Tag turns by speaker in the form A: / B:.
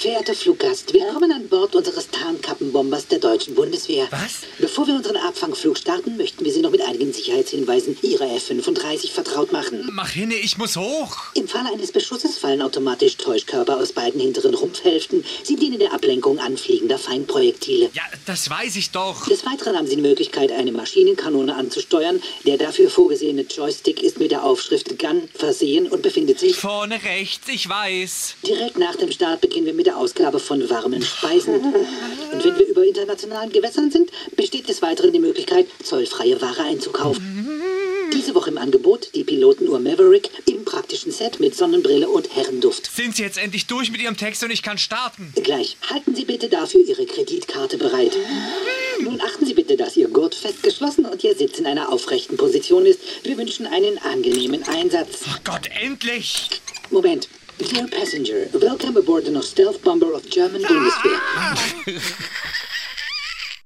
A: Verehrter Fluggast, willkommen an Bord unseres Tarnkappenbombers der deutschen Bundeswehr.
B: Was?
A: Bevor wir unseren Abfangflug starten, möchten wir Sie noch mit einigen Sicherheitshinweisen Ihrer F-35 vertraut machen.
B: Mach hinne, ich muss hoch.
A: Im Falle eines Beschusses fallen automatisch Täuschkörper aus beiden hinteren Rumpfhälften. Sie dienen der Ablenkung anfliegender Feindprojektile.
B: Ja, das weiß ich doch.
A: Des Weiteren haben Sie die Möglichkeit, eine Maschinenkanone anzusteuern. Der dafür vorgesehene Joystick ist mit der Aufschrift Gun versehen und befindet sich
B: Vorne rechts, ich weiß.
A: Direkt nach dem Start beginnen wir mit der Ausgabe von warmen Speisen. Und wenn wir über internationalen Gewässern sind, besteht des Weiteren die Möglichkeit, zollfreie Ware einzukaufen. Diese Woche im Angebot die Pilotenuhr Maverick im praktischen Set mit Sonnenbrille und Herrenduft.
B: Sind Sie jetzt endlich durch mit Ihrem Text und ich kann starten?
A: Gleich. Halten Sie bitte dafür Ihre Kreditkarte bereit. Nun achten Sie bitte, dass Ihr Gurt fest geschlossen und Ihr Sitz in einer aufrechten Position ist. Wir wünschen einen angenehmen Einsatz.
B: Oh Gott, endlich!
A: Moment. Dear passenger, welcome aboard the stealth bomber of German Bundeswehr.